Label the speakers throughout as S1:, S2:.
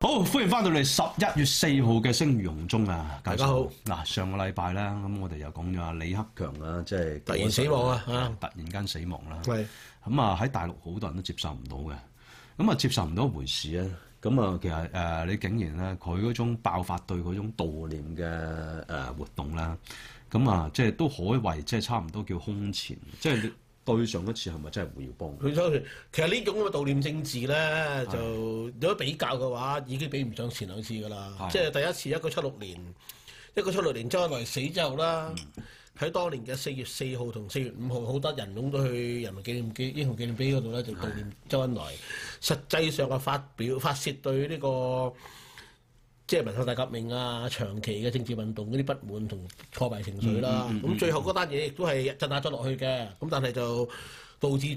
S1: 歡迎翻到嚟十一月四號嘅星如紅中啊！大
S2: 家好
S1: 嗱，上個禮拜啦，咁我哋又講咗啊李克強啊，即係
S2: 突然死亡啊啊
S1: 突然間死亡啦。
S2: 係
S1: 咁啊喺大陸好多人都接受唔到嘅，咁啊接受唔到一回事啊。咁啊，其實誒、呃你竟然咧，佢嗰種爆發對嗰種悼念嘅誒、呃活動啦，咁啊，即係都可謂即係差唔多叫空前，即係你對上一次係咪真係胡耀邦？
S2: 佢相信其實呢種咁嘅悼念政治咧，就如果比較嘅話，已經比唔上前兩次噶啦
S1: 係。
S2: 即係第一次一九七六年，一九七六年周恩來死之後啦，喺當年嘅四月四號同四月五號，好多人湧到去人民紀念基英雄紀念碑嗰度咧，就悼念周恩來。實際上嘅發表發泄對呢、個。即係文化大革命啊，長期嘅政治運動嗰啲不滿同挫敗情緒啦。咁、最後嗰單嘢亦都係鎮壓咗落去嘅，咁但係就導致咗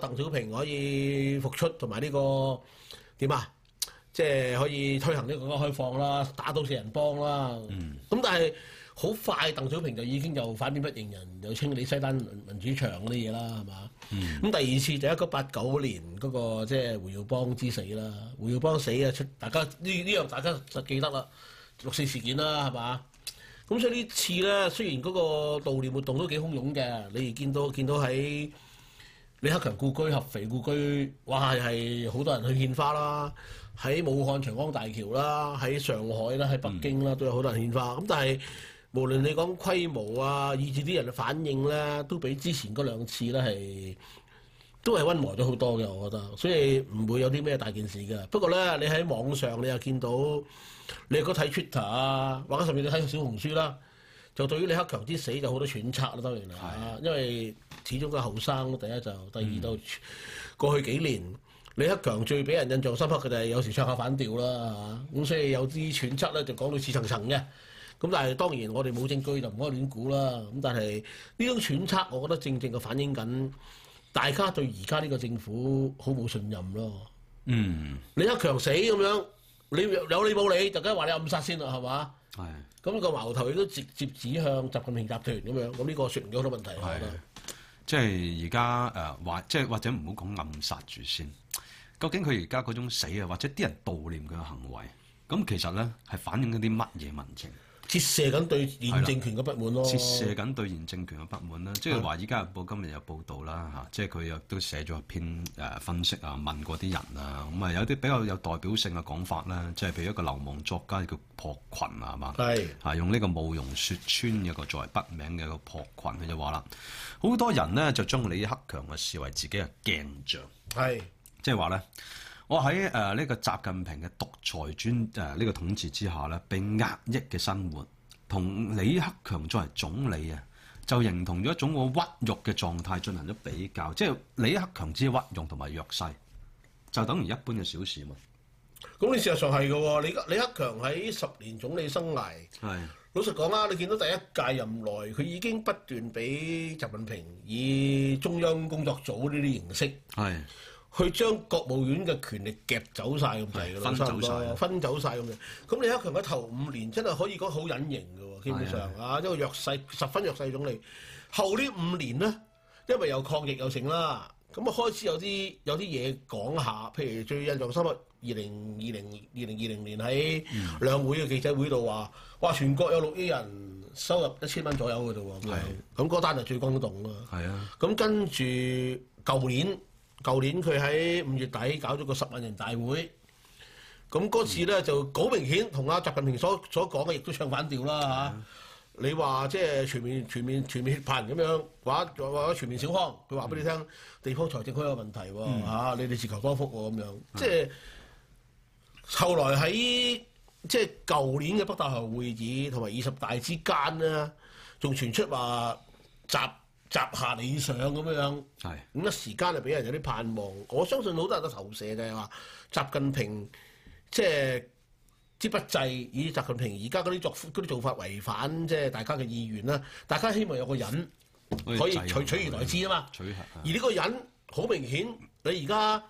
S2: 鄧小平可以復出，同埋呢個點啊，即係可以推行呢個改革開放啦，打倒四人幫啦。咁、但係好快，鄧小平就已經又反面不認人，又清理西單民主牆嗰啲嘢啦，係嘛？咁、第二次就一九八九年嗰、個即係胡耀邦之死啦，胡耀邦死啊出，大家呢呢樣大家實記得啦，六四事件啦，係嘛？咁所以呢次咧，雖然嗰個悼念活動都幾洶湧嘅，你而見到見到喺李克強故居、合肥故居，哇係好多人去獻花啦，喺武漢長江大橋啦，喺上海啦，喺北京啦，都有好多人獻花。咁但係無論你講規模啊，以至啲人嘅反應咧，都比之前嗰兩次咧係。都係温和咗好多嘅，我覺得，所以唔會有啲咩大件事嘅。不過咧，你喺網上你又見到，你如果睇 Twitter 啊，或者甚至你睇小紅書啦，就對於李克強之死就好多揣測啦，當然啦，因為始終佢後生咯，第一就，第二就、過去幾年。李克強最俾人印象深刻嘅就係有時唱下反調啦，咁所以有啲揣測咧就講到似層層嘅。咁但係當然我哋冇證據就唔可以亂估啦。咁但係呢種揣測，我覺得正正嘅反映緊大家對而家呢個政府好冇信任咯。
S1: 嗯，
S2: 李克強死咁樣，你有有理冇理就梗係話你暗殺先啦，係嘛？
S1: 係。
S2: 咁、個矛頭亦都直接指向習近平集團咁樣，咁呢個説明咗好多問題。啊我覺得
S1: 即係而家誒或即係或者唔好講暗殺住先，究竟佢而家嗰種死啊，或者啲人悼念佢嘅行為，咁其實咧係反映緊啲乜嘢民情？
S2: 折射緊對現政權嘅不滿咯。
S1: 折射緊對現政權嘅不滿啦。即係話，依家日報今日有報道啦嚇，即係佢又都寫咗一篇誒分析啊，問過啲人啊，咁啊有啲比較有代表性嘅講法啦，即係譬如一個流亡作家叫朴群啊，係嘛？
S2: 係
S1: 啊，用呢個慕容雪村嘅一個作為筆名嘅一個朴群，佢就話啦，好多人呢就將李克強啊視為自己嘅鏡像。
S2: 係
S1: 即係話咧，我喺誒呢個習近平嘅獨裁專誒呢個統治之下咧，被壓抑嘅生活，同李克強作為總理啊，就形同咗一種我屈辱嘅狀態進行咗比較，即係李克強之屈辱同埋弱勢，就等於一般嘅小市民。
S2: 咁你事實上係嘅喎，李克李克強喺十年總理生涯，
S1: 係
S2: 老實講啦，啊你見到第一屆任內，佢已經不斷俾習近平以中央工作組呢啲形式，
S1: 係
S2: 去將國務院嘅權力夾走晒咁滯㗎啦，
S1: 分走
S2: 差唔多
S1: 晒啦
S2: 分走晒咁樣。咁李克強嘅頭五年真係可以講好隱形嘅喎，基本上啊，一個弱勢十分弱勢總理。後呢五年呢，因為有抗疫又成啦，咁啊開始有啲有啲嘢講下，譬如最印象深刻，二零二零二零二零年喺
S1: 嗯
S2: 兩會嘅記者會度話，哇全國有六億人收入一千蚊左右嘅啫喎咁樣，咁嗰單就最轟動啦。
S1: 係啊，
S2: 咁跟住舊年，舊年佢喺五月底搞咗個十萬人大會，咁嗰次咧就好明顯同阿習近平所所講嘅亦都唱反調啦嚇。你話即係全面全面全面血貧咁樣，話話全面小康，佢話俾你聽，地方財政好有問題喎、啊你哋自求多福喎、咁樣，即係後來喺即係舊年嘅北大學會議同埋二十大之間咧，仲傳出話集集下理想咁樣。
S1: 係
S2: 咁一時間就俾人有啲盼望。我相信好多人都投射就係話習近平即係之不濟，以習近平而家嗰啲作嗰啲做法違反即係大家嘅意願啦。大家希望有個人可以取取而代之啊嘛。
S1: 取合
S2: 而呢個人好明顯，你而家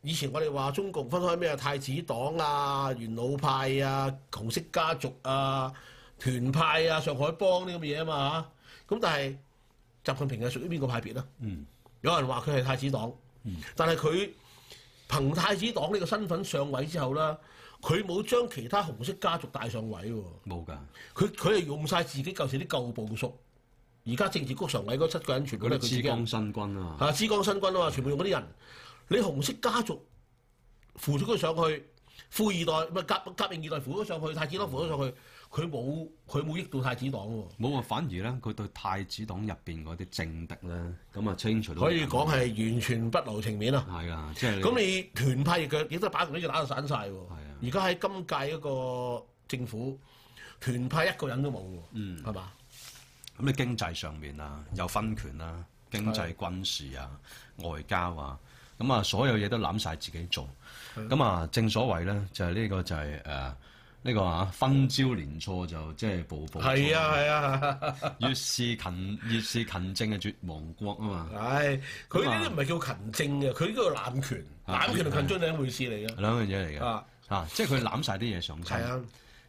S2: 以前我哋話中共分開咩太子黨啊、元老派啊、紅色家族啊、團派啊、上海幫呢咁嘅嘢啊嘛咁但係習近平係屬於邊個派別啊？
S1: 嗯，
S2: 有人話佢係太子黨，但係佢憑太子黨呢個身份上位之後啦，佢冇將其他紅色家族帶上位喎。
S1: 冇㗎，
S2: 佢佢係用晒自己舊時啲舊部屬，而家政治局常委嗰七個人全部
S1: 嗰
S2: 都
S1: 啲
S2: 係佢自己
S1: 之江。
S2: 人
S1: 新軍啊，
S2: 啊，珠江新軍啊嘛，全部用嗰啲人。你紅色家族扶咗佢上去，富二代唔係革革命二代扶咗上去，太子黨扶咗上去，佢冇佢冇益到太子黨喎。
S1: 冇啊，反而咧佢對太子黨入邊嗰啲政敵咧，咁啊清除到
S2: 可以講係完全不留情面啊！
S1: 係啊，即係你
S2: 咁你團派嘅亦都把佢呢個打到散晒喎
S1: 啊。
S2: 而家喺今屆嗰個政府，團派一個人都冇
S1: 嗯
S2: 喎，係嘛？
S1: 咁你經濟上面啊，有分權啦、經濟、軍事啊、外交啊，咁啊，所有嘢都攬晒自己做。咁啊，正所謂咧，就係、呢個就係誒呢個啊，分招連錯就即係步步錯
S2: 係啊，係啊，
S1: 越是勤越是勤政嘅絕亡國啊嘛，
S2: 唉，佢
S1: 咁啊
S2: 呢啲唔係叫勤政嘅，佢呢個叫濫權，
S1: 啊
S2: 濫權同勤政兩回事嚟嘅。
S1: 兩樣嘢嚟嘅
S2: 啊
S1: 嚇，即係佢攬晒啲嘢上身
S2: 係。啊，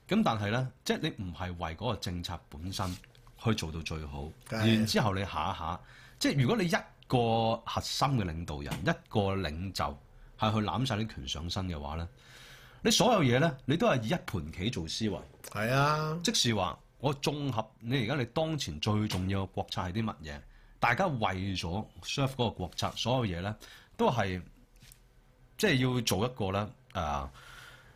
S1: 咁但係咧，即係你唔係為嗰個政策本身去做到最好，
S2: 梗係
S1: 然之後你下下，即係如果你一個核心嘅領導人，一個領袖係去攬晒啲權上身嘅話咧，你所有嘢咧，你都係以一盤棋做思維，
S2: 係啊。
S1: 即是話我綜合你而家你當前最重要嘅國策係啲乜嘢？大家為咗 serve 嗰個國策，所有嘢咧都係即係要做一個咧誒、呃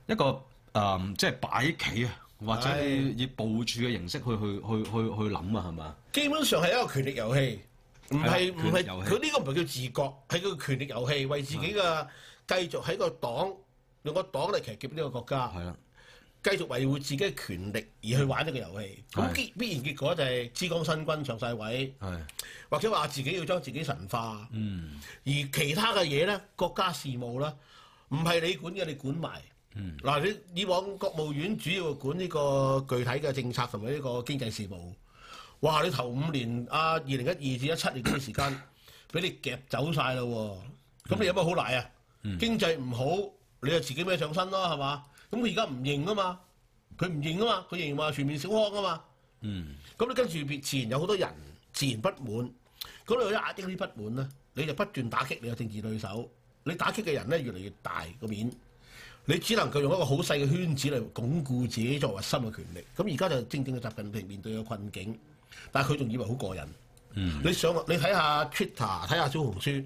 S1: 一個誒、呃即係擺棋啊，或者
S2: 係
S1: 以部署嘅形式去去去去去諗啊，係嘛？
S2: 基本上係一個權力遊戲，唔係
S1: 係啦
S2: 唔係
S1: 權力遊戲
S2: 佢呢個唔係叫自覺，係叫權力遊戲，為自己嘅繼續喺個黨用個黨嚟騎劫呢個國家，
S1: 係啦，
S2: 繼續維護自己嘅權力而去玩呢個遊戲。咁
S1: 係
S2: 結必然結果就係珠江新軍上晒位，
S1: 係
S2: 或者話自己要將自己神化。
S1: 嗯
S2: 而其他嘅嘢咧，國家事務咧，唔係你管嘅，你管埋。嗱、你以往國務院主要管呢個具體嘅政策同埋呢個經濟事務。哇！你頭五年啊，二零一二至一七年嗰段時間，俾你夾走晒咯喎。咁你有乜好賴啊？經濟唔好，你就自己孭上身咯，係嘛？咁佢而家唔認啊嘛，佢唔認啊嘛，佢仍然話全面小康啊嘛。
S1: 嗯，
S2: 咁你跟住別自然有好多人自然不滿，咁你為咗壓抑呢啲不滿咧，你就不斷打擊你嘅政治對手，你打擊嘅人咧越嚟越大個面，你只能夠用一個好細嘅圈子嚟鞏固自己作為核心嘅權力。咁而家就正正嘅習近平面對嘅困境，但係佢仲以為好過癮。嗯、你上你睇下 Twitter，睇下小紅書，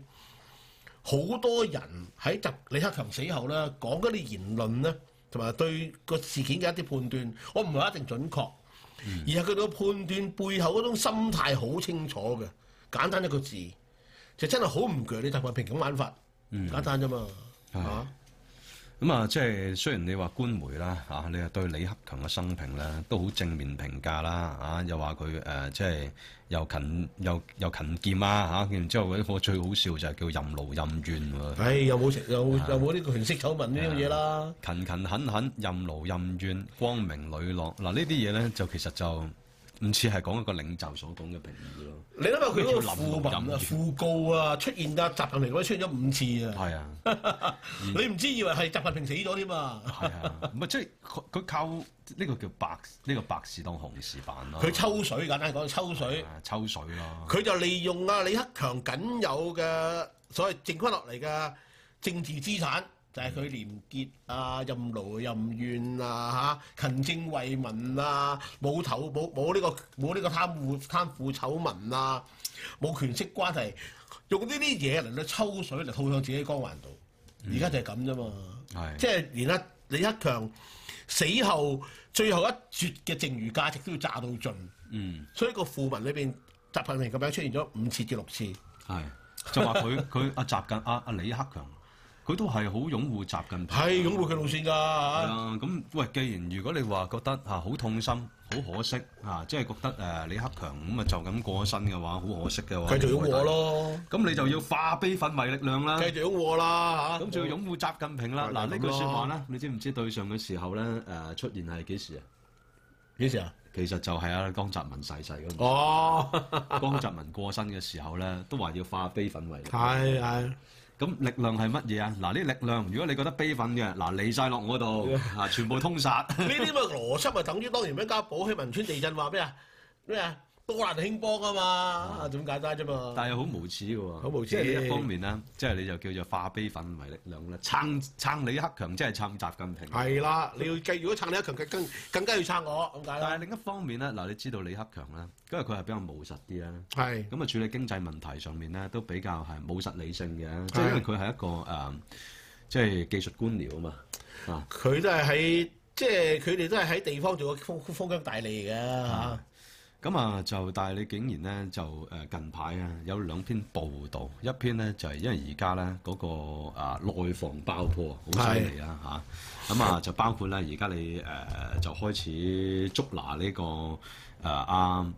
S2: 好多人喺習李克強死後咧講嗰啲言論咧，同埋對個事件嘅一啲判斷，我唔係一定準確。而係佢哋嘅判斷背後嗰種心態好清楚嘅，簡單一個字，就真係好唔鋸你習近平咁玩法，簡單啫嘛，
S1: 係
S2: 嚇
S1: 咁啊，即係雖然你話官媒啦嚇、啊你又對李克強嘅生平咧都好正面評價啦嚇、啊又話佢誒即係又勤又又勤儉啊嚇、然之後嗰個最好笑就係叫任勞任怨喎，
S2: 唉，有冇情有有冇呢個權色醜聞呢樣嘢啦？
S1: 勤勤懇懇、任勞任怨、光明磊落嗱呢啲嘢咧就其實就唔似係講一個領袖所講嘅評語咯，
S2: 你諗下佢嗰個
S1: 林
S2: 副
S1: 林
S2: 文
S1: 任
S2: 啊、副告啊，出現啊，習近平嗰啲出現咗五次啊，
S1: 係啊。
S2: 你唔知以為係習近平死咗添啊？
S1: 係啊，唔係即係佢佢靠呢個叫白呢、個白事當紅事辦咯，
S2: 佢抽水簡單講，抽水。
S1: 啊抽水咯，
S2: 佢就利用啊李克強僅有嘅所謂剩翻落嚟嘅政治資產，就係佢廉潔啊、任勞任怨啊、嚇勤政為民啊、冇頭冇冇呢個冇呢個貪腐貪腐醜聞啊、冇權色關係，用呢啲嘢嚟到抽水嚟套上自己光環度。而家就係咁啫嘛，
S1: 係
S2: 即係連阿李克強死後最後一絕嘅剩餘價值都要炸到盡。
S1: 嗯。
S2: 所以個訃文裏邊，習近平個名出現咗五次至六次。
S1: 係 就話佢佢阿習近阿阿李克強，佢都係好擁護習近平。
S2: 係擁護佢路線
S1: 係
S2: 㗎，
S1: 啊，咁喂，既然如果你話覺得啊好痛心、好可惜啊，即係覺得誒、李克強咁啊就咁過咗身嘅話，好可惜嘅話，
S2: 繼續擁護我。咯，
S1: 咁你就要化悲憤為力量啦
S2: 繼。續擁護我啦嚇。
S1: 咁就要擁護習近平啦。
S2: 咪
S1: 嗱
S2: 就
S1: 呢
S2: 係
S1: 句
S2: 咁
S1: 説話
S2: 咯
S1: 咧，你知唔知對上嘅時候咧誒、出現係幾時啊？
S2: 幾時啊？
S1: 其實就係啊江澤民逝世嗰陣，
S2: 哦，
S1: 江澤民過身嘅時候咧，都話要化悲憤為力量。
S2: 係係。
S1: 咁力量係乜嘢啊？嗱，呢力量，如果你覺得悲憤嘅，嗱嚟晒落 我度，啊，全部通殺。
S2: 呢啲咪邏輯咪等於當年咩家寶喺汶川地震話咩啊咩啊？都難興邦啊嘛，就咁簡單啫嘛。
S1: 但係好無恥嘅喎，
S2: 好無恥
S1: 即係呢一方面啦，即係你就叫做化悲憤為力量啦，撐撐李克強，即係撐習近平。
S2: 係啦，你要繼如果撐李克強，更更更加要撐我咁解
S1: 但係
S2: 啦。
S1: 另一方面咧，嗱，你知道李克強啦，因為佢係比較務實啲啦，
S2: 係
S1: 咁啊處理經濟問題上面咧都比較係務實理性嘅，即
S2: 係
S1: 係因為佢係一個誒、即係技術官僚啊嘛，啊，
S2: 佢都係喺即係佢哋都係喺地方做個風風疆大吏嘅嚇。
S1: 咁啊就但係你竟然咧就誒、近排啊有兩篇報道，一篇咧就係、因為而家咧嗰個啊內房爆破啊好犀利啦嚇，咁啊 就包括咧而家你誒、呃就開始捉拿呢、個誒啊。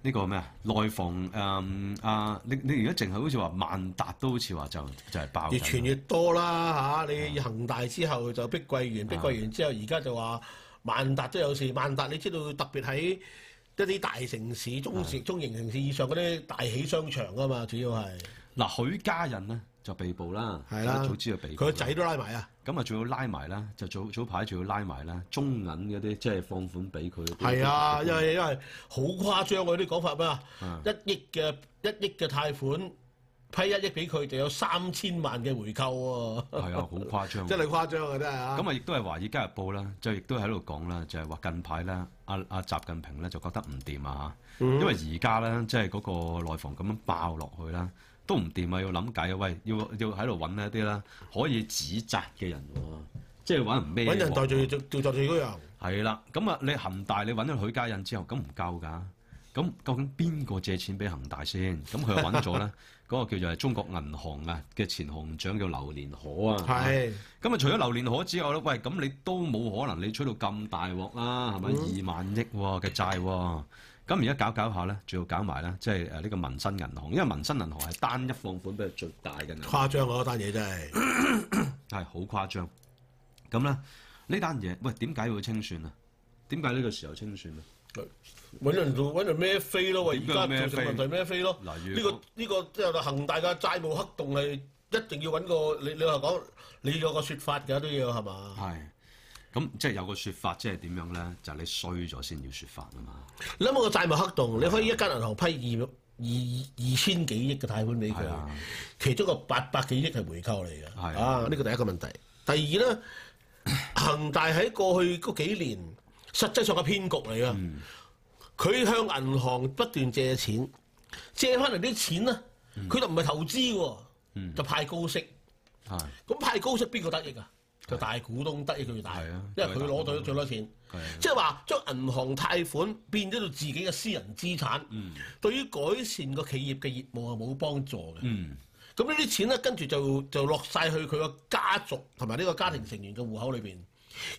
S1: 呢個咩啊？內房誒、嗯啊！你你而家淨係好似話萬達都好似話就就係爆緊啊
S2: 越傳越多啦嚇、你恒大之後就碧桂園，碧桂園之後而家就話萬達都有事。萬達你知道特別喺一啲大城市、中市、中型城市以上嗰啲大起商場啊嘛，主要係
S1: 嗱，許家印呢就被捕啦，
S2: 係啦
S1: 早知就被
S2: 佢
S1: 捕
S2: 個
S1: 啦。
S2: 仔都拉埋啊，
S1: 咁啊，仲要拉埋啦，就早早排仲要拉埋啦，中銀嗰啲即係放款俾佢嗰啲。
S2: 係啊，因為因為好誇張嗰啲講法咩啊，一億嘅一億嘅貸款批一億俾佢，就有三千萬嘅回購喎、
S1: 係啊，好誇 張。
S2: 真係誇張啊真係啊！
S1: 咁啊，亦都係《華爾街日報》啦，就亦都喺度講啦，就係話近排咧，阿阿習近平咧就覺得唔掂啊嚇，因
S2: 嗯
S1: 為而家咧即係嗰個內房咁樣爆落去啦，都唔掂啊，要諗計啊，喂，要要喺度揾一啲啦，可以指責嘅人喎，即係揾唔咩喎？
S2: 揾人代罪做做代罪羔羊，
S1: 係啦，咁啊，你恒大你揾咗許家印之後，咁唔夠㗎。咁究竟邊個借錢俾恒大先？咁佢又揾咗咧，嗰個叫做係中國銀行啊嘅前行長叫劉連河啊。
S2: 係
S1: 咁啊，除咗榴蓮河之外咧，喂，咁你都冇可能你吹到咁大鑊啦，係咪？二萬億喎嘅債喎，咁而家搞搞下咧，仲要搞埋咧，即係誒呃呢個民生銀行，因為民生銀行係單一放款比較最大嘅銀 行，
S2: 誇張啊嗰單嘢真係。
S1: 係好誇張。咁咧呢單嘢，喂，點解要清算啊？點解呢個時候清算啊？
S2: 揾人做揾人孭飛咯，喂！而
S1: 點
S2: 家
S1: 解
S2: 造
S1: 孭
S2: 成問題孭飛咯。
S1: 嗱
S2: 呢、
S1: 如
S2: 個
S1: 果
S2: 呢、個即係恒大嘅債務黑洞係一定要揾個你你話講你有個説法㗎都要係嘛？
S1: 係，咁即係有個説法，即係點樣咧？就係你衰咗先要説法啊嘛。
S2: 你諗下個債務黑洞，你可以一間銀行批二二二千幾億嘅貸款俾佢
S1: 係啊，
S2: 其中個八百幾億係回購嚟
S1: 係啊
S2: 嘅。啊，呢個第一個問題。第 二咧，恒大喺過去嗰幾年實際上嘅騙局嚟㗎。
S1: 嗯
S2: 佢向銀行不斷借錢，借翻嚟啲錢咧，
S1: 嗯
S2: 佢就唔係投資喎，就派高息。
S1: 係
S2: 咁派高息邊個得益啊？就大股東得益佢最大，
S1: 係啊
S2: 因為佢攞到最多錢。
S1: 係啊
S2: 即係話將銀行貸款變咗到自己嘅私人資產，
S1: 嗯
S2: 對於改善個企業嘅業務係冇幫助嘅。
S1: 嗯
S2: 咁呢啲錢咧，跟住就就落晒去佢個家族同埋呢個家庭成員嘅戶口裏邊，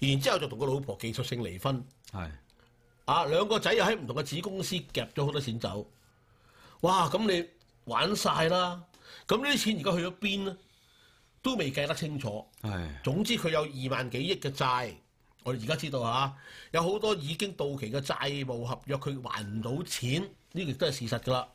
S2: 然之後就同個老婆技術性離婚。
S1: 係
S2: 啊，兩個仔又喺唔同嘅子公司夾咗好多錢走，哇！咁你玩晒啦，咁呢啲錢而家去咗邊咧？都未計得清楚。
S1: 係
S2: 總之佢有二萬幾億嘅債，我哋而家知道嚇，有好多已經到期嘅債務合約佢還唔到錢，呢個亦都係事實㗎啦。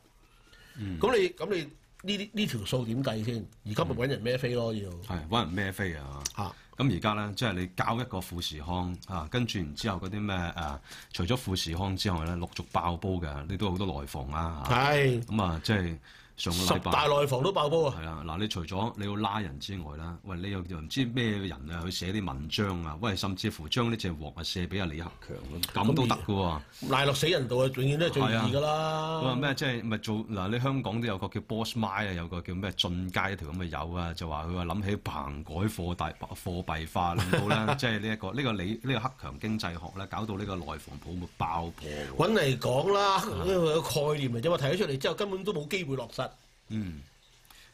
S2: 咁、
S1: 嗯
S2: 你咁你呢啲呢條數點計先？而家咪揾人孭飛咯要
S1: 係揾人孭飛啊！
S2: 嚇。
S1: 咁而家咧，即係你搞一個富士康啊，跟住然之後嗰啲咩誒，除咗富士康之外咧，陸續爆煲嘅，你都有好多內房啦嚇。
S2: 係
S1: 咁啊，即係上個
S2: 十
S1: 禮
S2: 大
S1: 拜
S2: 內房都爆煲啊！
S1: 係啦，嗱，你除咗你要拉人之外啦，喂，你又又唔知咩人啊去寫啲文章啊，喂，甚至乎將呢隻鑊啊卸俾阿李克強咁，咁都得嘅喎。
S2: 賴落死人度啊，永遠都係最易㗎
S1: 佢
S2: 啦。
S1: 話咩？即係啊咪做嗱？你香港都有個叫 Boss m i 啊，有個叫咩進階一條咁嘅友啊，就話佢話諗起棚改貨幣貨幣化，令到咧即係呢一個呢、個理呢、個克強經濟學咧，搞到呢個內房泡沫爆破喎。
S2: 揾嚟講啦，因為個概念嚟啫嘛，提咗出嚟之後根本都冇機會落實。
S1: 嗯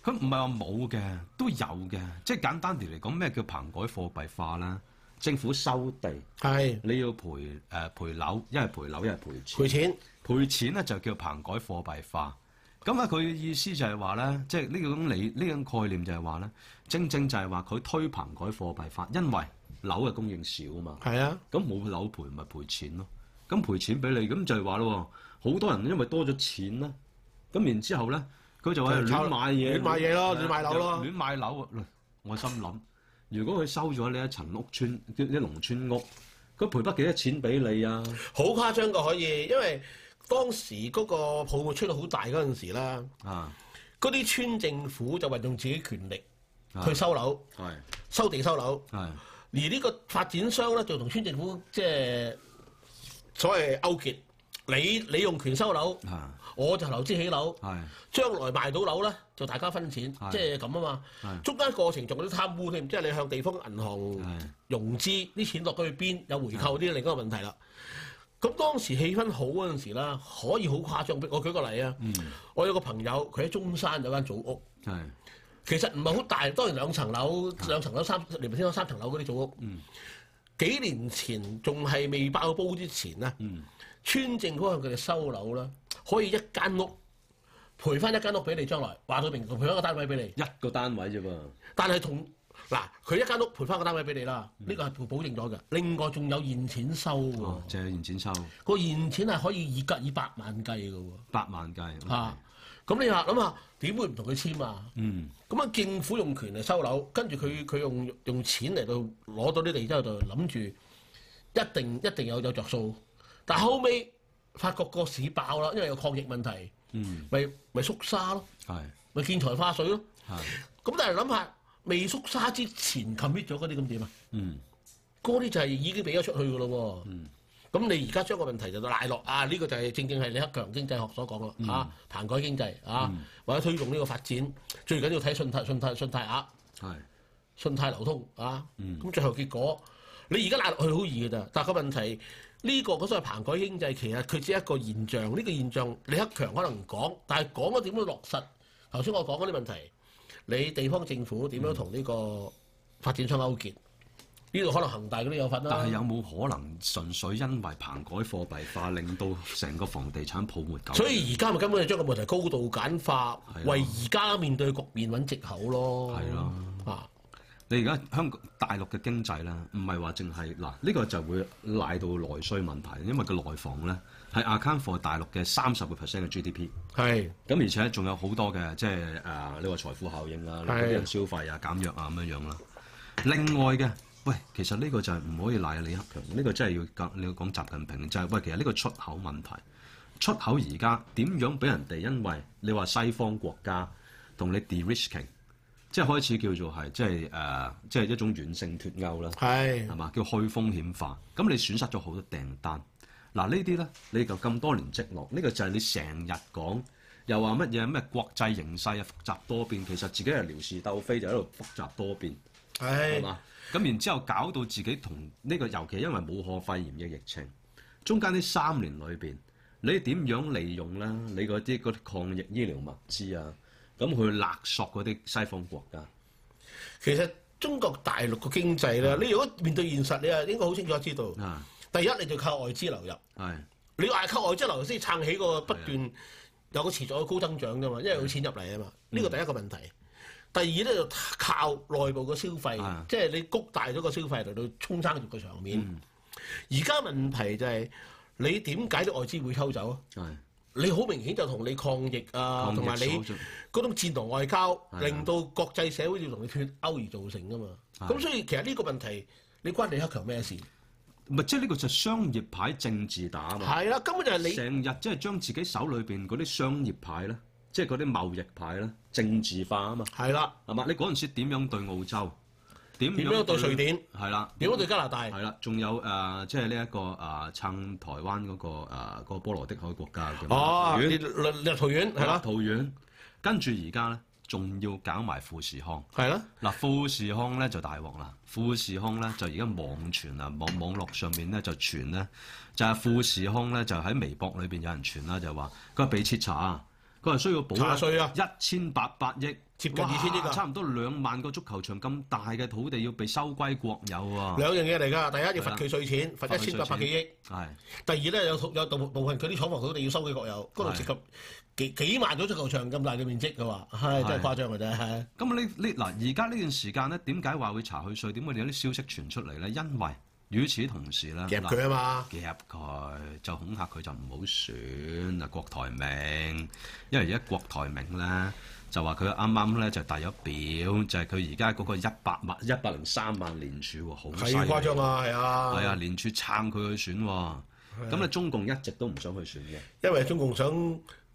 S1: 佢唔係話冇嘅，都有嘅。即係簡單啲嚟講，咩叫棚改貨幣化啦？政府收地，
S2: 係
S1: 你要賠誒、呃、賠樓，一係賠樓，一係賠錢。
S2: 賠錢
S1: 賠錢咧就叫棚改貨幣化。咁啊，佢嘅意思就係話咧，即係呢種理呢種概念就係話咧，正正就係話佢推棚改貨幣化，因為樓嘅供應少啊嘛，
S2: 係啊，
S1: 咁冇樓賠咪賠錢咯。咁賠錢俾你，咁就係話咯，好多人因為多咗錢啦，咁然之後咧，佢就係
S2: 就炒
S1: 亂買嘢，
S2: 亂買嘢咯
S1: 係啊
S2: 亂買樓咯
S1: 亂買樓啊！我心諗，如果佢收咗呢一層屋村，啲啲農村屋，佢賠得幾多錢俾你啊？
S2: 好誇張㗎可以，因為當時嗰個泡沫吹到好大嗰陣時啦，
S1: 啊，
S2: 嗰啲村政府就運用自己權力
S1: 啊
S2: 去收樓、
S1: 係
S2: 收地、收樓，
S1: 係
S2: 而呢個發展商咧就同村政府即係所謂勾結，你你用權收樓，
S1: 啊
S2: 我就投資起樓。
S1: 係
S2: 將來賣到樓咧，就大家分錢，
S1: 係
S2: 即係咁啊嘛
S1: 係。
S2: 中間過程仲有啲貪污添，即係你向地方銀行
S1: 係
S2: 融資，啲錢落咗去邊，有回扣呢啲另一個問題啦。咁當時氣氛好嗰陣時啦，可以好誇張。我舉個例啊，我有個朋友佢喺中山有間祖屋，
S1: 係
S2: 其實唔係好大，當然兩層樓、兩層樓三連埋先有三層樓嗰啲祖屋。嗯幾年前仲係未爆煲之前咧，村政府向佢哋收樓啦，可以一間屋賠翻一間屋俾你，將來話到明賠翻一個單位俾你，
S1: 一個單位啫噃，
S2: 但係同嗱佢一間屋賠翻個單位俾你啦，呢、個係保證咗嘅。另外仲有現錢收喎，
S1: 哦，借現錢收
S2: 個現錢係可以以格以百萬計嘅喎
S1: 八萬計，
S2: 啊咁你話諗下點會唔同佢簽啊？
S1: 嗯
S2: 咁啊，政府用權嚟收樓，跟住佢佢用用錢嚟到攞到啲地之後，就諗住一定一定有有着數。但後尾發覺個市爆啦，因為有抗疫問題，
S1: 嗯
S2: 咪咪縮沙咯，
S1: 係
S2: 咪建材花水咯。
S1: 係
S2: 咁但係諗下，未縮沙之前 commit 咗嗰啲咁點啊？
S1: 嗯
S2: 嗰啲就係已經俾咗出去噶咯喎。咁、你而家將個問題就賴落啊？呢、個就係正正係李克強經濟學所講啦，啊棚改經濟啊，或者推動呢個發展，最緊要睇信貸信貸信貸額。
S1: 係
S2: 信貸流通啊，
S1: 嗯
S2: 咁、最後結果你而家賴落去好易嘅咋，但係個問題呢、個嗰所謂棚改經濟其實佢只係一個現象，呢、個現象李克強可能講，但係講咗點樣落實？頭先我講嗰啲問題，你地方政府
S1: 嗯
S2: 點樣同呢個發展商勾結？呢度可能恒大嗰啲有份啦、
S1: 但係有冇可能純粹因為棚改貨幣化，令到成個房地產泡沫咁？
S2: 所以而家咪根本就將個問題高度簡化
S1: 係啊，
S2: 為而家面對局面揾藉口咯。
S1: 係啊
S2: 啊，
S1: 你而家香港大陸嘅經濟咧，唔係話淨係嗱，呢個就會賴到內需問題，因為個內房咧係 account for 大陸嘅三十個 percent 嘅 GDP。
S2: 係
S1: 咁而且仲有好多嘅，即係誒呢個財富效應啊，令到啲人消費啊減弱啊咁樣樣啦。另外嘅，喂，其實呢個就係唔可以賴李克強，呢、個真係要講你要講習近平，就係、喂，其實呢個出口問題，出口而家點樣俾人哋？因為你話西方國家同你 de-risking，即係開始叫做係即係誒、呃即係一種軟性脱鈎啦。
S2: 係
S1: 係嘛？叫去風險化，咁你損失咗好多訂單。嗱呢啲咧，你就咁多年積落，呢、個就係你成日講，又話乜嘢咩國際形勢啊複雜多變，其實自己係撩事鬥非，就喺度複雜多變，係
S2: 係
S1: 嘛？咁然之後搞到自己同呢、個，尤其因為武漢肺炎嘅疫情，中間呢三年裏邊，你點樣利用啦？你嗰啲嗰啲抗疫醫療物資啊，咁去勒索嗰啲西方國家，
S2: 其實中國大陸個經濟咧，你如果面對現實，你係應該好清楚知道。
S1: 啊
S2: 第一，你就靠外資流入，
S1: 係
S2: 你要係靠外資流入先撐起個不斷有個持續嘅高增長㗎嘛，因為有錢入嚟啊嘛。呢個第一個問題。第二咧就靠內部嘅消
S1: 啊
S2: 費，即係你谷大咗個消費嚟到衝生住個場面。而家問題就係你點解啲外資會抽走啊？
S1: 係
S2: 你好明顯就同你抗疫啊，同埋你
S1: 抗疫所
S2: 嗰種戰狼外交，
S1: 啊
S2: 令到國際社會要同你脱歐而造成噶嘛。
S1: 係
S2: 咁所以其實呢個問題，你關李克強咩事？
S1: 咪即係呢個就係商業牌政治打啊嘛。
S2: 係啦，根本就係你
S1: 成日即係將自己手裏邊嗰啲商業牌咧，即係嗰啲貿易牌咧，政治化啊嘛，
S2: 係啦，
S1: 係嘛？你嗰陣時點樣對澳洲？點
S2: 點樣對瑞典？
S1: 係啦，
S2: 點樣對加拿大？
S1: 係啦，仲有誒，即係呢一個誒撐台灣嗰個誒嗰個波羅的海國家嘅
S2: 哦，
S1: 桃
S2: 你
S1: 園
S2: 你你桃園係
S1: 係啦，
S2: 啦，
S1: 桃園，跟住而家咧，仲要搞埋富士康。
S2: 係啦，
S1: 嗱，富士康咧就大鑊啦！富士康咧就而家網傳啊，網網絡上面咧就傳咧，就係、富士康咧就喺微博裏邊有人傳啦，就話佢係被徹查啊，佢係需要補
S2: 查税啊
S1: 一千八百億，
S2: 接近2000億啊
S1: 哇差唔多兩萬個足球場咁大嘅土地要被收歸國有啊！
S2: 兩樣嘢嚟㗎。第一要
S1: 係啦
S2: 罰佢稅錢，
S1: 佢
S2: 罰一千八百幾億。
S1: 係
S2: 第二咧有有部部分佢啲廠房土地要收俾國有，嗰度
S1: 係
S2: 涉及幾幾萬種足球場咁大嘅面積嘅話，唉真係
S1: 係
S2: 誇張㗎啫。係
S1: 咁呢呢嗱，而家呢段時間咧，點解話會查佢税？點會有啲消息傳出嚟咧？因為與此同時咧，
S2: 夾
S1: 嗱
S2: 佢啊嘛。
S1: 夾佢，就恐嚇佢就唔好選嗱國台名，因為而家國台名咧就話佢啱啱咧就遞咗表，就係佢而家嗰個一百萬一百零三萬連署喎，好犀
S2: 係誇
S1: 利
S2: 張啊，係啊，
S1: 係啊，連署撐佢去選喎。咁咧中共一直都唔想去選嘅。
S2: 因為中共想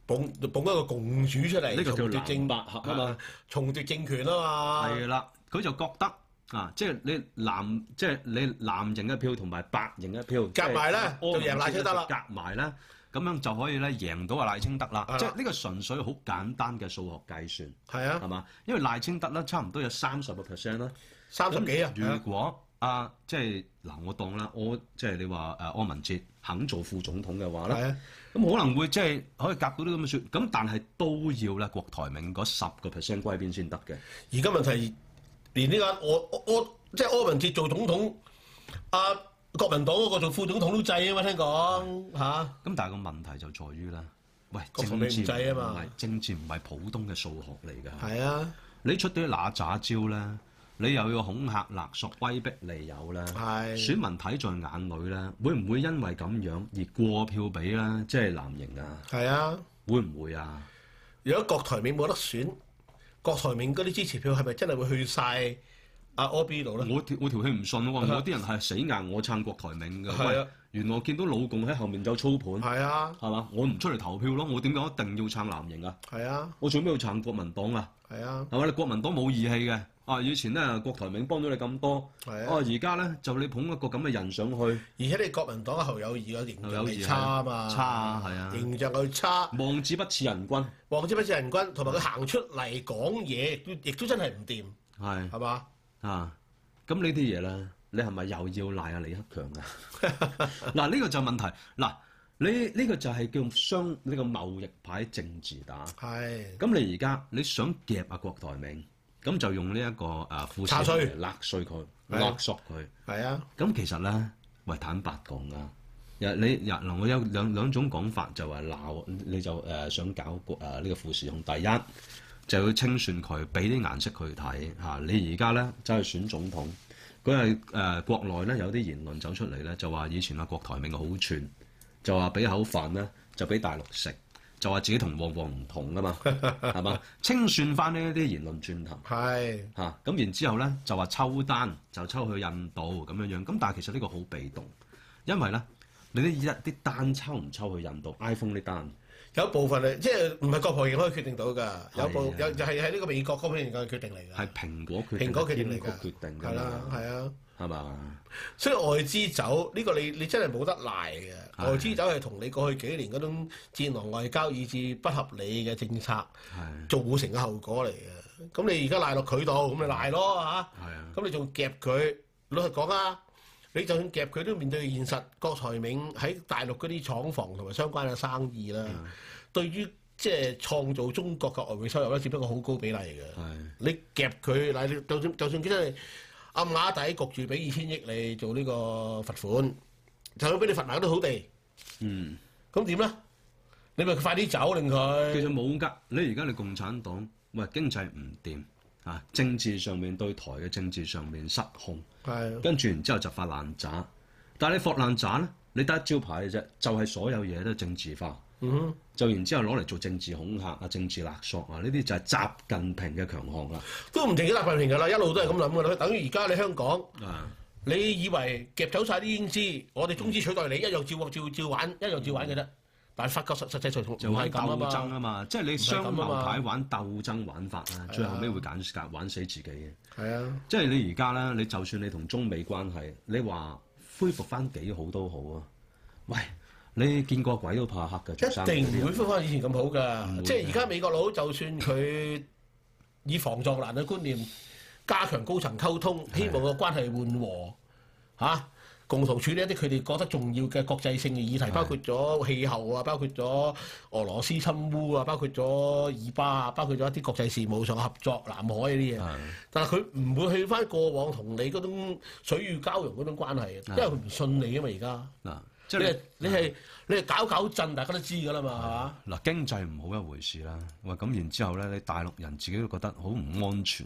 S2: 捧捧一個共主出嚟，
S1: 呢個叫
S2: 重奪
S1: 藍
S2: 政
S1: 白合啊嘛，
S2: 重奪政權啊嘛，
S1: 係啦，佢就覺得啊，即係你藍，即係你藍型嘅票同埋白型嘅票
S2: 夾埋呢
S1: 即係啊
S2: 就贏賴清德
S1: 柯
S2: 啦
S1: 文哲夾埋咧，咁樣就可以咧贏到阿賴清德啦
S2: 係。啦
S1: 即係呢個純粹好簡單嘅數學計算，
S2: 係啊
S1: 係，嘛？因為賴清德咧差唔多有三十個 percent 啦。
S2: 三十幾啊，係
S1: 如
S2: 啊
S1: 果啊，即係嗱，我當啦，我即係你話誒柯文哲肯做副總統嘅話咧
S2: 係。啊，
S1: 咁可能會即係可以夾到啲咁嘅説，咁但係都要咧郭台銘嗰十個 percent 歸邊先得嘅。
S2: 而家問題連呢個我我我即係柯文哲做總統，阿國民黨嗰個做副總統都制啊嘛，聽講嚇。
S1: 咁但係個問題就在於咧，喂，
S2: 國
S1: 政
S2: 防你唔
S1: 治
S2: 制啊嘛
S1: 唔係政治唔係普通嘅數學嚟㗎。
S2: 係啊，
S1: 你出啲嗱喳招咧，你又要恐嚇勒索、威逼利誘咧，
S2: 係
S1: 選民睇在眼裏咧，會唔會因為咁樣而過票俾咧？即係藍營啊，
S2: 係啊。
S1: 會唔會啊？
S2: 如果郭台銘冇得選，郭台銘嗰啲支持票係咪真係會去晒阿 O B 度咧？
S1: 我條我條氣唔順喎，我啲人係死硬我撐郭台銘㗎。
S2: 係
S1: 喂，
S2: 啊
S1: 原來我見到老共喺後面有操盤。
S2: 係啊，
S1: 係嘛？我唔出嚟投票咯，我點解一定要撐藍營啊？
S2: 係啊，
S1: 我做咩要撐國民黨啊？
S2: 係啊，
S1: 係嘛？你國民黨冇義氣嘅。啊！以前咧，郭台銘幫咗你咁多，
S2: 係
S1: 哦，
S2: 啊。
S1: 而家咧就你捧一個咁嘅人上去，
S2: 而且你國民黨嘅侯友宜個形象
S1: 侯友宜
S2: 係
S1: 係
S2: 差啊嘛，
S1: 差啊係啊
S2: 形象佢差，
S1: 望子不似人君，
S2: 黃之不似人君，同埋佢行出嚟講嘢，亦都亦都真係唔掂，
S1: 係
S2: 係嘛？
S1: 啊，咁呢啲嘢咧，你係咪又要賴阿李克強啊？ 嗱，呢個就問題，嗱，你呢個就係叫商呢個貿易牌政治打。
S2: 係
S1: 咁你而家你想夾啊郭台銘，咁就用呢、一個誒富
S2: 查稅
S1: 勒碎佢，
S2: 係
S1: 勒索佢。
S2: 係啊，
S1: 咁其實咧，喂坦白講啊，又你又嗱，我有兩兩種講法，就話鬧你就誒、呃想搞個誒呢、個富士控，第一就要清算佢，俾啲顏色佢睇嚇。你而家咧走去選總統，佢係誒國內咧有啲言論走出嚟咧，就話以前啊郭台銘好串，就話俾口飯咧就俾大陸食。就話自己同旺旺唔同噶嘛，係嘛？清算翻呢啲言論轉頭，
S2: 係
S1: 嚇，咁、然之後咧就話抽單就抽去印度咁樣樣，咁但係其實呢個好被動，因為咧你啲一啲單抽唔抽去印度 iPhone 呢單，
S2: 有部分係即係唔係國防型可以決定到㗎，有部
S1: 係啊
S2: 有就係喺呢個美國嗰邊嘅決定
S1: 係
S2: 嚟㗎，
S1: 蘋果決定，
S2: 蘋果決定
S1: 英
S2: 嚟
S1: 國
S2: 㗎，
S1: 決定㗎
S2: 係啦，
S1: 嘛，
S2: 係啊。
S1: 係嘛？
S2: 所以外資走呢、個你你真係冇得賴嘅，
S1: 係
S2: 外資走係同你過去幾年嗰種戰狼外交以至不合理嘅政策
S1: 係啊
S2: 造成嘅後果嚟嘅。咁你而家賴落佢度，咁咪賴咯嚇。
S1: 係啊，
S2: 咁你仲夾佢，老實講啊，你就算夾佢都面對現實，郭台銘喺大陸嗰啲廠房同埋相關嘅生意啦，對於即係創造中國嘅外匯收入咧，只不過好高比例嘅。
S1: 係
S2: 你夾佢嗱，你就算就算佢真係暗啞底焗住俾二千億你做呢個罰款，就算俾你罰埋都好地，
S1: 嗯，
S2: 咁點咧？你咪快啲走令
S1: 其
S2: 佢
S1: 實冇㗎，你而家你共產黨喂經濟唔掂啊，政治上面對台嘅政治上面失控。
S2: 係
S1: 跟住然之後就發爛渣。但係你發爛渣咧，你得一招牌嘅啫，就係、所有嘢都政治化。就然之後攞嚟做政治恐嚇啊、政治勒索啊，呢啲就係習近平嘅強項啦。啊
S2: 都唔停止習近平㗎啦，一路都係咁諗㗎啦。等於而家你香港，
S1: 啊，
S2: 你以為夾走晒啲英資，我哋中資取代你，一樣照照照玩，一樣照玩嘅啫。但係發覺實實際上
S1: 就
S2: 唔
S1: 玩
S2: 係咁啊
S1: 鬥爭
S2: 嘛，
S1: 啊嘛，即係你
S2: 係咁啊
S1: 雙
S2: 嘛
S1: 流牌玩鬥爭玩法啦，最後尾會揀揀玩死自己嘅。
S2: 係啊，
S1: 即係你而家咧，你就算你同中美關係，你話恢復翻幾好都好啊。喂，你見過鬼都怕黑嘅，做生
S2: 一
S1: 意
S2: 定唔會翻翻以前咁好
S1: 唔會
S2: 㗎。即係
S1: 㗎
S2: 而家美國佬就算佢以防撞難嘅觀念加強高層溝通，希望個關係緩和嚇、共同處理一啲佢哋覺得重要嘅國際性嘅議題，包括咗氣候啊，包括咗俄羅斯侵烏啊，包括咗以巴啊，包括咗一啲國際事務上嘅合作，南海嗰啲嘢。但係佢唔會去翻過往同你嗰種水乳交融嗰種關係嘅，因為佢唔信你啊嘛而家。
S1: 嗱，即
S2: 即
S1: 係你
S2: 係你係你係搞搞震，大家都知㗎啦嘛，係嘛？
S1: 嗱，經濟唔好一回事啦。喂，咁然之後咧，你大陸人自己都覺得好唔安全。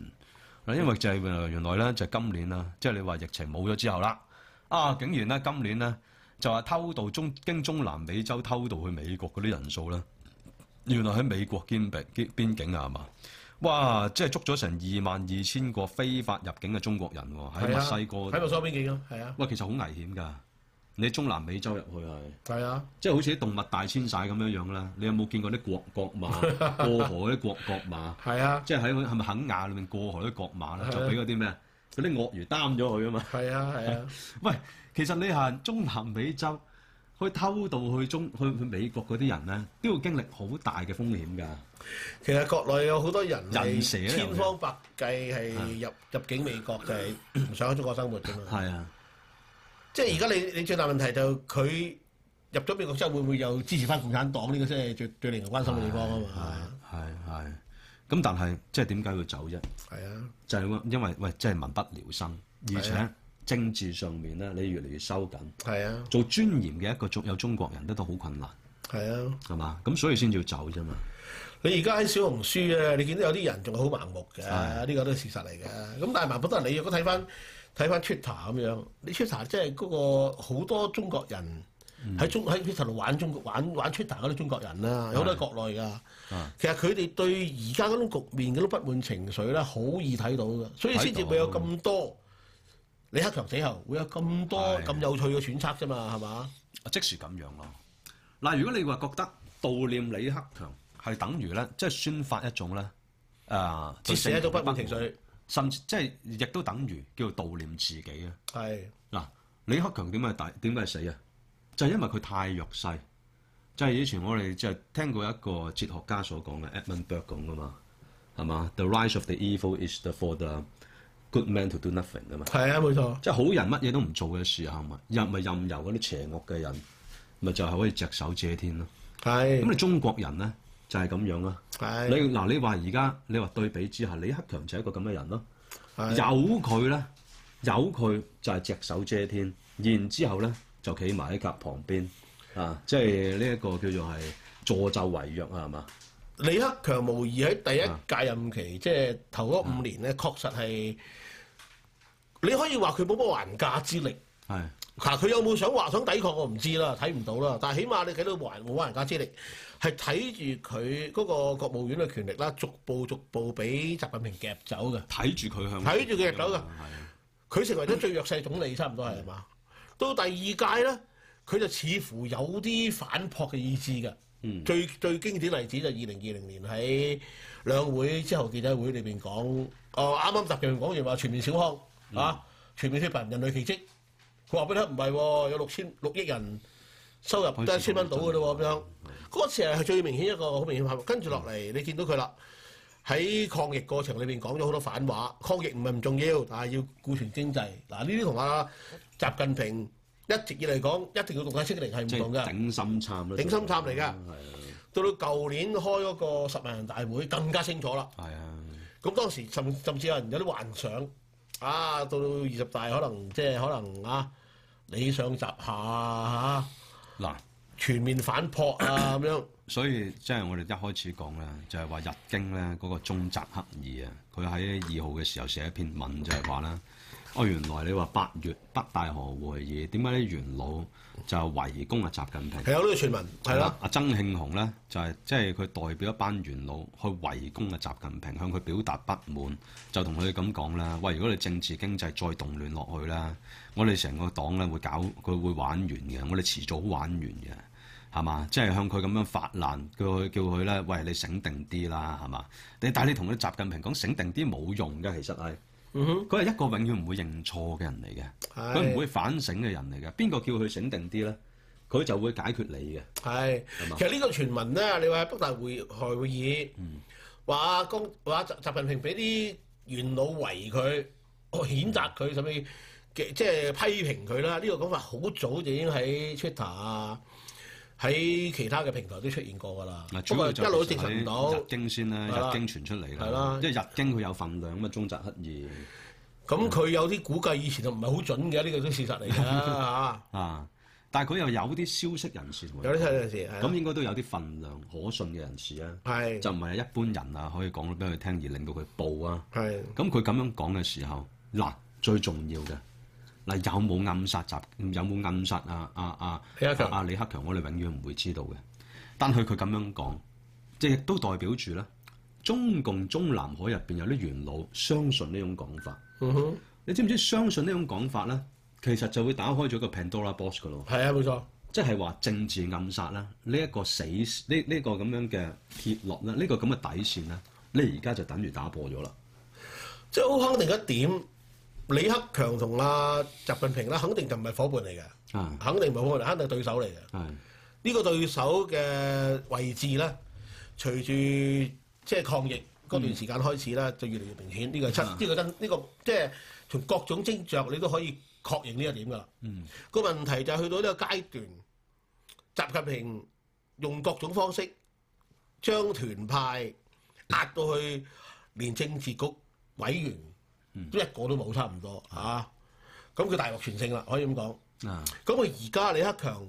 S1: 嗱，因為就係原來原來咧，就係今年啦，即係你話疫情冇咗之後啦，啊，竟然咧今年咧就話偷渡中經中南美洲偷渡去美國嗰啲人數咧，原來喺美國邊邊邊境啊，係嘛？哇！即係捉咗成二萬二千個非法入境嘅中國人喎，喺
S2: 係
S1: 墨
S2: 啊
S1: 西哥
S2: 喺
S1: 嗰
S2: 墨
S1: 度。
S2: 西哥邊境咯，係啊，
S1: 喂，其實好危險㗎。你中南美洲入去係，
S2: 係啊，
S1: 即係好似啲動物大遷徙咁樣樣啦。你有冇見過啲國國 馬過河嗰啲國國馬？
S2: 係啊，
S1: 即係喺係咪肯亞裏面過河嗰啲國馬
S2: 係啊
S1: 咧，就俾嗰啲咩嗰啲鱷魚擔咗佢啊嘛。
S2: 係啊，係啊，
S1: 喂，其實你行中南美洲去偷渡去中去去美國嗰啲人咧，都要經歷好大嘅風險㗎。
S2: 其實國內有好多人
S1: 人蛇啊
S2: 係
S1: 咧
S2: 千方百計係入入境美國，就係唔想喺中國生活㗎嘛。
S1: 係啊，
S2: 即係而家你你最大問題就佢入咗美國之後，會唔會又支持翻共產黨呢個先係最最令人關心嘅地方啊嘛？
S1: 係係係。咁但係即係點解要走啫？
S2: 係啊，
S1: 就係因為喂，即係民不聊生，而
S2: 係啊
S1: 且政治上面咧，你越嚟越收緊。
S2: 係啊，
S1: 做專嚴嘅一個中有中國人咧都好困難，
S2: 係啊！
S1: 係嘛？咁所以先至要走啫嘛。
S2: 你而家喺小紅書咧，你見到有啲人仲係好盲目嘅，呢個都係事實嚟嘅。咁但係盲目得嚟，你如果睇翻睇翻 Twitter 咁樣，你 Twitter 啊即係嗰個好多中國人
S1: 嗯
S2: 喺中喺 Twitter 度玩中國玩玩 Twitter 嗰啲中國人啦，有好多係國內噶。
S1: 啊
S2: 其實佢哋對而家嗰種局面嗰種不滿情緒咧，好易睇到嘅，所以先至會有咁多。李克強死後會有咁多
S1: 啊係
S2: 咁有趣嘅揣測啫嘛，係嘛？
S1: 即時咁樣咯。嗱，如果你話覺得悼念李克強係等於咧，即係宣發一種咧，誒
S2: 折射一種不滿
S1: 對政權
S2: 情，
S1: 嘅
S2: 緒，
S1: 甚至即係亦都等於叫做悼念自己啊。
S2: 係
S1: 嗱，李克強點解大點解死啊？就係、因為佢太弱勢。即係以前我哋就係聽過一個哲學家所講嘅 Edmund Burke 講噶嘛，係嘛？The rise of the evil is the for the good man to do nothing 啊嘛。
S2: 係啊，冇錯。
S1: 即係好人乜嘢都唔做嘅時候，咪任咪任由嗰啲邪惡嘅人，咪就係可以隻手遮天咯。
S2: 係
S1: 咁你中國人咧就係咁樣啦。你
S2: 係
S1: 嗱，你話而家你話對比之下，李克強就係一個咁嘅人咯。
S2: 係
S1: 有佢咧，有佢就係隻手遮天，然之後咧就企埋喺甲旁邊啊，即係呢一個叫做係助紂為虐啊，係嘛？
S2: 李克強無疑喺第一屆任期，即係頭嗰五年咧，確實係你可以話佢冇乜還價之力。
S1: 係
S2: 嗱，佢有冇想話想抵抗我唔知啦，睇唔到啦。但係起碼你睇到還冇還價之力，係睇住佢嗰個國務院嘅權力啦，逐步逐步俾習近平夾走嘅。
S1: 睇住佢向
S2: 睇住佢隻手
S1: 係
S2: 㗎
S1: 啊
S2: 佢成為咗最弱勢總理，差唔多係嘛？到第二屆咧，佢就似乎有啲反撲嘅意志嘅。
S1: 嗯
S2: 最最經典例子就二零二零年喺兩會之後記者會裏邊講，哦啱啱習近平講完話全面小康、啊，全面脫貧人類奇蹟。佢話俾你聽唔係喎，有六千六億人收入得一千蚊到嘅咯喎咁樣。嗰次係最明顯一個好明顯反撲，跟住落嚟你見到佢啦。喺抗疫過程裏邊講咗好多反話，抗疫唔係唔重要，但係要顧全經濟。嗱，呢啲同阿習近平一直以嚟講，一定要動態清零係唔
S1: 即
S2: 同
S1: 係
S2: 嘅。
S1: 頂心杉啦，
S2: 頂心杉嚟㗎
S1: 係啊
S2: 到到舊年開嗰個十萬人大會更加清楚啦。
S1: 係啊，
S2: 咁當時甚甚至有人有啲幻想，啊，到到二十大可能即係可能啊，理想集下啊，
S1: 嗱。
S2: 全面反撲啊咁樣。
S1: 所以即係我哋一開始講啦，就係、話日經咧嗰個中澤克二啊，佢喺二號嘅時候寫一篇文就係話啦，哦原來你話八月北大河會議點解啲元老就圍攻啊習近平？
S2: 係有呢個傳聞，係啦，，
S1: 阿曾慶紅咧就係即係佢代表一班元老去圍攻啊習近平，向佢表達不滿，就同佢咁講啦：，喂，如果你政治經濟再動亂落去啦，我哋成個黨咧會搞佢會玩完嘅，我哋遲早玩完嘅，係嘛？即係向佢咁樣發難，叫佢叫佢咧，喂，你醒定啲啦，係嘛？你但係你同佢習近平講醒定啲冇用嘅，其實係。
S2: 嗯哼，
S1: 佢係一個永遠唔會認錯嘅人嚟嘅，佢唔
S2: 係
S1: 會反省嘅人嚟嘅。邊個叫佢醒定啲咧？佢就會解決你嘅。
S2: 係。
S1: 係嘛
S2: 其實呢個傳聞咧，你話喺北大會開會議，
S1: 嗯
S2: 話江話習習近平俾啲元老圍佢，哦譴責佢，甚至嘅即係批評佢啦。呢、個講法好早就已經喺 Twitter 啊，喺其他嘅平台都出現過㗎啦
S1: 嗱，。
S2: 不
S1: 啊主
S2: 過
S1: 要
S2: 一
S1: 就
S2: 路都
S1: 其
S2: 證
S1: 實
S2: 實唔
S1: 喺
S2: 到
S1: 日。經先啦，
S2: 係啦
S1: 日經傳出嚟
S2: 係
S1: 啦
S2: 啦，
S1: 因為日經佢有份量咁啊，中澤乞
S2: 咁
S1: 嗯
S2: 佢有啲估計以前就唔係好準嘅，呢、個都事實嚟㗎嚇。
S1: 二啊，但係佢又有啲消息人士
S2: 有啲睇陣時 係
S1: 咁
S2: 啦
S1: 應該都有啲份量可信嘅人士啊，
S2: 係
S1: 就唔係一般人啊可以講到俾佢聽而令到佢報啊。
S2: 係
S1: 咁佢咁樣講嘅時候，嗱最重要嘅嗱有冇暗殺集，有冇暗殺啊啊啊
S2: 李克強
S1: 啊李克強，我哋永遠唔會知道嘅。但係佢咁樣講，即係亦都代表住咧，中共中南海入邊有啲元老相信呢種講法。
S2: 嗯哼
S1: 你知唔知相信呢種講法咧，其實就會打開咗個 Pandora box 噶咯，
S2: 係啊，冇錯，
S1: 即係話政治暗殺啦，呢、一個死呢呢、個咁樣嘅鐵落啦，呢、個咁嘅底線啦，你而家就等於打破咗啦。
S2: 即係好肯定一點，李克強同阿習近平啦，肯定就唔係伙伴嚟嘅，
S1: 啊，
S2: 肯定唔係伙伴，肯定係對手嚟嘅。
S1: 係
S2: 呢個對手嘅位置咧，隨住即係抗疫嗰段時間開始啦，就越嚟越明顯。呢、個係真，呢、個真，呢、個即係從各種徵象你都可以確認呢一點噶啦。
S1: 嗯
S2: 個問題就係去到呢個階段，習近平用各種方式將團派壓到去連政治局委員都一個都冇，差唔多啊。咁佢大獲全勝啦，可以咁講。
S1: 啊，
S2: 咁佢而家李克強，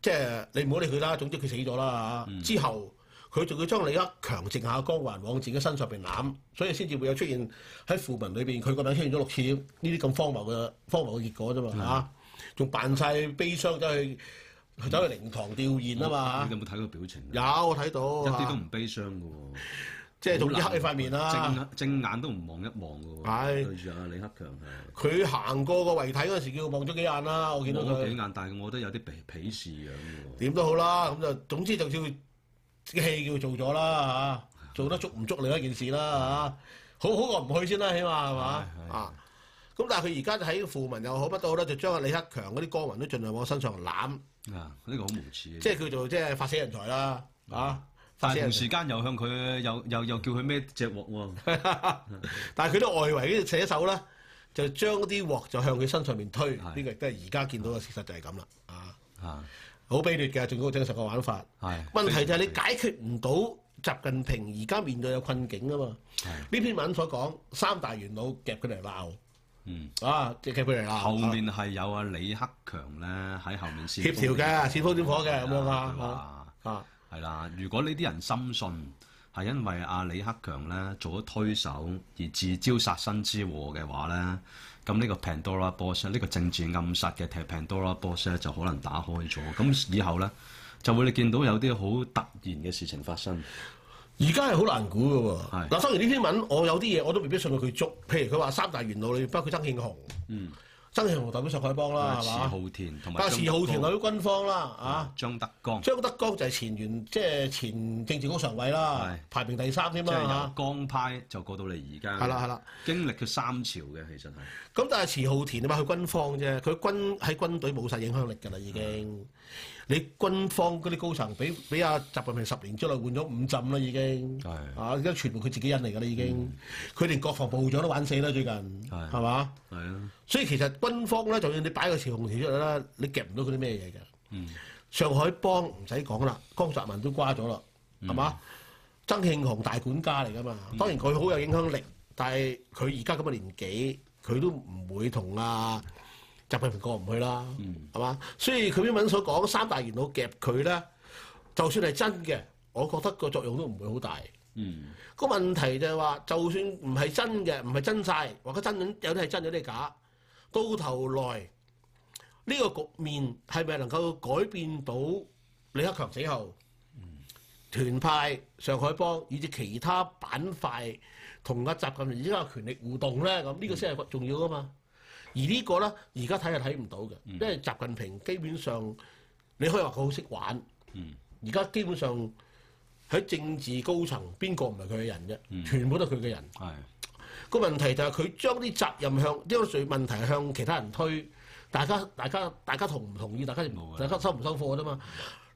S2: 即係你唔好理佢啦，總之佢死咗啦
S1: 嗯
S2: 嚇之後佢仲要將李克強剩下嘅光環往自己身上邊攬，所以先至會有出現喺訃文裏邊，佢個名出現咗六次呢啲咁荒謬嘅荒謬嘅結果啫
S1: 嗯
S2: 嘛嚇，仲扮晒悲傷走去走去靈堂吊唁啊嘛
S1: 你有冇睇過表情啊？
S2: 有我睇到
S1: 一啲都
S2: 嚇
S1: 唔悲傷嘅喎，
S2: 即係仲要
S1: 好
S2: 黑
S1: 冷
S2: 你塊面啦。
S1: 靜正啊眼都唔望一望嘅喎。
S2: 係
S1: 對住阿李克強係。
S2: 佢行過個遺體嗰陣時，叫佢望咗幾眼啦，我見到
S1: 望咗
S2: 佢
S1: 幾。眼，但係我覺得有啲鄙鄙視樣嘅喎。
S2: 點都好啦，咁就總之就叫戲叫做咗啦嚇，做得足唔足另一件事啦嚇，好好過唔去先啦，起碼係嘛
S1: 係係
S2: 啊？咁但係佢而家就喺富民又好乜都好啦，就將阿李克強嗰啲歌民都盡量往身上攬，
S1: 啊，呢個好無恥嘅。
S2: 即係叫做即係發死人財啦啊！
S1: 但
S2: 發
S1: 係
S2: 死
S1: 同
S2: 人財
S1: 時間又向佢又又又叫佢孭只鑊喎。
S2: 但係佢都外圍呢啲寫手咧，就將啲鑊就向佢身上面推，
S1: 係
S2: 呢個亦都係而家見到嘅事實就係咁啦啊！
S1: 啊，
S2: 好卑劣嘅，仲好正常嘅玩法。
S1: 係。
S2: 問題就係你解決唔到習近平而家面對嘅困境啊嘛。呢篇文所講三大元老夾佢嚟鬧
S1: 嗯，
S2: 啊，即係夾佢嚟鬧。
S1: 後面係有阿李克強咧喺後面先
S2: 協調嘅，煽風點火嘅咁樣
S1: 啊。佢
S2: 啊
S1: 話
S2: 啊，
S1: 係啦，如果呢啲人深信係因為阿李克強咧做咗推手而自招殺身之禍嘅話咧，咁呢個 Pandora box 呢個政治暗殺嘅 Pandora box 咧就可能打開咗，咁以後咧就會你見到有啲好突然嘅事情發生。
S2: 而家係好難估嘅
S1: 係
S2: 喎。嗱，當然呢篇文我有啲嘢我都未必信到佢足，譬如佢話三大元老裏包括曾慶紅，
S1: 嗯，
S2: 曾慶紅代表上海幫
S1: 遲
S2: 啦，啊係嘛？
S1: 啊浩田同埋嗯
S2: 但係時浩田
S1: 張
S2: 代
S1: 德
S2: 表軍方啦，啊
S1: 江。張德江，
S2: 張德江就係前元，即係前政治局常委啦
S1: 係，
S2: 排名第三添
S1: 即係由
S2: 啦啊
S1: 江派就過到嚟而家。
S2: 嚇。係啦係啦，
S1: 經歷咗三朝嘅，其實係。
S2: 咁但係遲浩田啊嘛，佢軍方啫，佢軍喺軍隊冇晒影響力㗎啦已
S1: 嗯
S2: 經。你軍方嗰啲高層俾俾阿習近平十年之內換咗五浸啦已經。
S1: 係嗯
S2: 啊，而家全部佢自己人嚟㗎啦已經。佢連國防部長都玩死啦最近，
S1: 係
S2: 係嘛？
S1: 係啊，
S2: 所以其實軍方咧，就算你擺個朝紅條出嚟啦，你夾唔到佢啲咩嘢嘅。
S1: 嗯
S2: 上海幫唔使講啦，江澤民都瓜咗啦，係嘛？曾慶紅大管家嚟噶嘛，當然佢好有影響力，但係佢而家咁嘅年紀，佢都唔會同阿習近平過唔去啦，係嘛、所以佢篇文所講三大元老夾佢咧，就算係真嘅，我覺得個作用都唔會好大。
S1: 嗯，
S2: 個問題就係話，就算唔係真嘅，唔係真晒，或者真有啲係真，有啲係假，到頭來呢、個局面係咪能夠改變到李克強死後，團派、上海幫以至其他板塊同阿習近平之間嘅權力互動咧？咁呢個先係重要噶嘛。而呢個咧，而家睇係睇唔到嘅，因為習近平基本上你可以話佢好識玩，
S1: 嗯
S2: 而家基本上。喺政治高層，邊個唔係佢嘅人啫？
S1: 嗯
S2: 全部都係佢嘅人。
S1: 係
S2: 個問題就係佢將啲責任向，將啲問題向其他人推，大家大家大家同唔同意，大家
S1: 冇啊
S2: 大家收唔收貨啫嘛。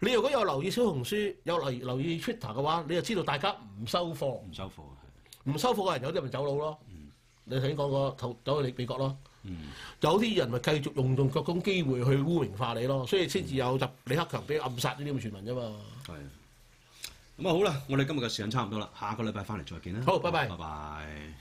S2: 你如果有留意小紅書，有留意留意 Twitter 嘅話，你就知道大家唔收貨，
S1: 唔收貨嘅。
S2: 唔收貨嘅人有啲咪走佬咯。你頭先講過，走走去美國咯。
S1: 嗯
S2: 有啲人咪繼續用用各種機會去污名化你咯，所以先至有集李克強俾暗殺呢啲咁嘅傳聞啫嘛。
S1: 係。咁啊好啦，我哋今日嘅時間差唔多啦，下個禮拜翻嚟再見啦。
S2: 好拜拜
S1: 拜拜。